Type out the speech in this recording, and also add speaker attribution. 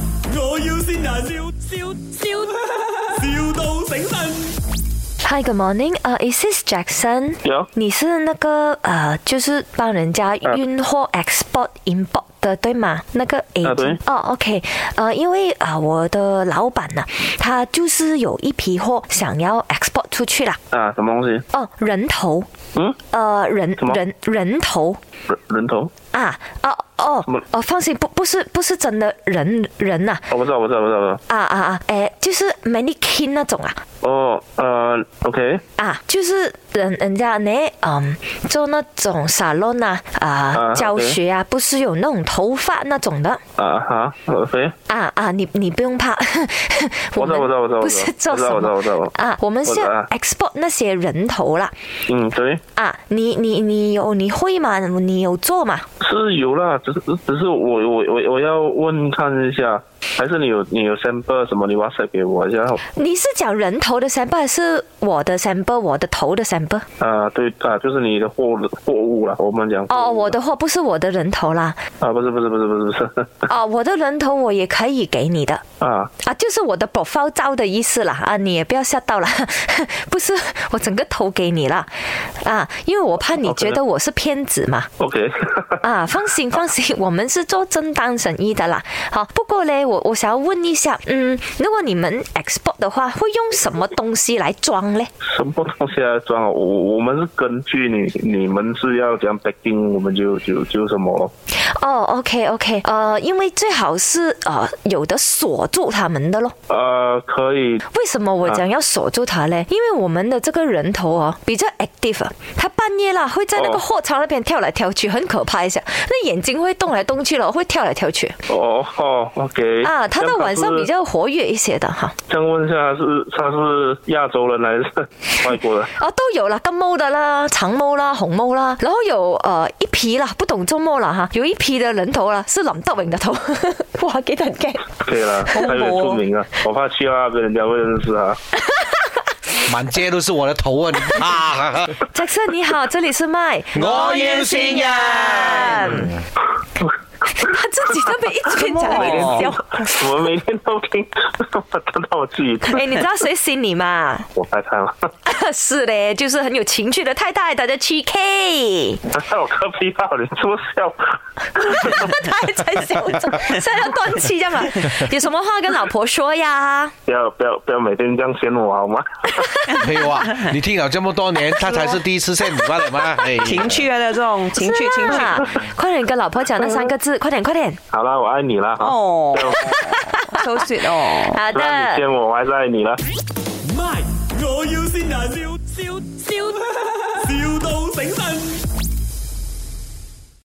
Speaker 1: 要先人，笑笑笑，,笑到醒神。
Speaker 2: Hi, good morning. 呃、i s this Jackson？
Speaker 3: 有
Speaker 2: 你是那个呃，就是帮人家运货、export、import 的，对吗？那个 A
Speaker 3: 啊对
Speaker 2: 哦，OK，呃，因为啊、呃我的老板呢、他就是有一批货想要 export 出去啦。
Speaker 3: 啊，什么东西？
Speaker 2: 哦，人头，
Speaker 3: 嗯，
Speaker 2: 呃，人
Speaker 3: 什么
Speaker 2: 人人头
Speaker 3: 人人头？
Speaker 2: 啊，哦
Speaker 3: 什
Speaker 2: 哦
Speaker 3: 么
Speaker 2: 哦，放心，不不是不是真的人人呐、
Speaker 3: 哦，我知道，我知道，我知道，我知
Speaker 2: 啊，啊啊啊，哎，就是 mannequin 那种啊。
Speaker 3: 道。哦，呃，OK，
Speaker 2: 啊，就是人人家呢，嗯，做那种沙龙啊，啊、
Speaker 3: 啊
Speaker 2: 教
Speaker 3: ，OK
Speaker 2: 学啊，不是有那种头发那种的。
Speaker 3: 啊哈，OK，
Speaker 2: 啊啊，你你不用怕，
Speaker 3: 我知
Speaker 2: 们
Speaker 3: 道我知道我知道
Speaker 2: 不
Speaker 3: 我
Speaker 2: 是
Speaker 3: 知道
Speaker 2: 做
Speaker 3: 我知
Speaker 2: 什
Speaker 3: 道我知道我知道我
Speaker 2: 么
Speaker 3: 知道
Speaker 2: 啊，我们是
Speaker 3: 我知道
Speaker 2: export 那些人头啦
Speaker 3: 嗯，对，
Speaker 2: 啊，你你你有你会吗？你有做吗？
Speaker 3: 是有啦，只是只是我我我我要问看一下，还是你有你有 sample 什么？你 WhatsApp 给我一下。
Speaker 2: 你是讲人头的 sample 还是我的 sample，我的头的 sample？
Speaker 3: 啊，对啊，就是你的货货物啦，我们讲货物啦。
Speaker 2: 哦，我的货不是我的人头啦，
Speaker 3: 啊，不是不是不是不是不是
Speaker 2: 哦，我的人头我也可以给你的。
Speaker 3: 啊，
Speaker 2: 啊，就是我的 profile 照的意思啦啊，你也不要吓到啦， 不是我整个投给你啦啊，因为我怕你
Speaker 3: OK
Speaker 2: 觉得我是骗子嘛
Speaker 3: OK，
Speaker 2: 啊，放心放心，我们是做正当生意的啦。好，不过嘞，我我想要问一下，嗯，如果你们 export 的话，会用什么东西来装嘞？
Speaker 3: 什么东西来装啊？我我们是根据你你们是要讲 backing，我们就就就什么咯。
Speaker 2: 哦，OK OK，呃，因为最好是呃有的锁住他们的咯。
Speaker 3: 呃，可以
Speaker 2: 为什么我讲要锁住他嘞？因为我们的这个人头哦比较 active，啊他半夜啦会在那个
Speaker 3: 哦
Speaker 2: 货仓那边跳来跳去，很可怕一下，那眼睛会动来动去了，会跳来跳去
Speaker 3: 哦哦，OK
Speaker 2: 啊。他在晚上比
Speaker 3: 这样
Speaker 2: 较活跃一些的哈，
Speaker 3: 他是。想问一下，是他是亚洲人还是外国人？
Speaker 2: 啊都有了，金猫的啦，长猫啦，红猫啦，然后有呃一批啦，不懂做么啦哈，有一批的人头啦是林德荣的头， 哇几得人驚
Speaker 3: 可以啦，他有点出名啊，我怕去到那边人家会认识 他。
Speaker 4: 满街都是我的头啊！你啊，
Speaker 2: 杰森你好，这里是麦，
Speaker 4: 我要先人。
Speaker 2: 他自己这边一边讲一边笑。
Speaker 3: 我们每天都听，我看到我自己，
Speaker 2: 哎、你知道谁信你吗？
Speaker 3: 我太看了，
Speaker 2: 是嘞，就是很有情趣的太太，大家七 K，
Speaker 3: 我磕皮到你出笑。
Speaker 2: 他还在笑着，现在要断气这样啊？有什么话跟老婆说呀？
Speaker 3: 不要不要不要每天这样嫌我好吗？
Speaker 4: 没有啊，你听了这么多年，他才是第一次见你罢了嘛。哎，
Speaker 5: 情趣啊的这种情趣情趣
Speaker 2: 啊，快点跟老婆讲那三个字，快点快点。
Speaker 3: 好啦，我爱你啦。哦，
Speaker 5: 哦 ，so sweet 哦。
Speaker 2: 好
Speaker 3: 虽然你
Speaker 2: 的。
Speaker 3: 嫌我，我还是爱你啦。
Speaker 1: 卖，我要先人，笑笑笑。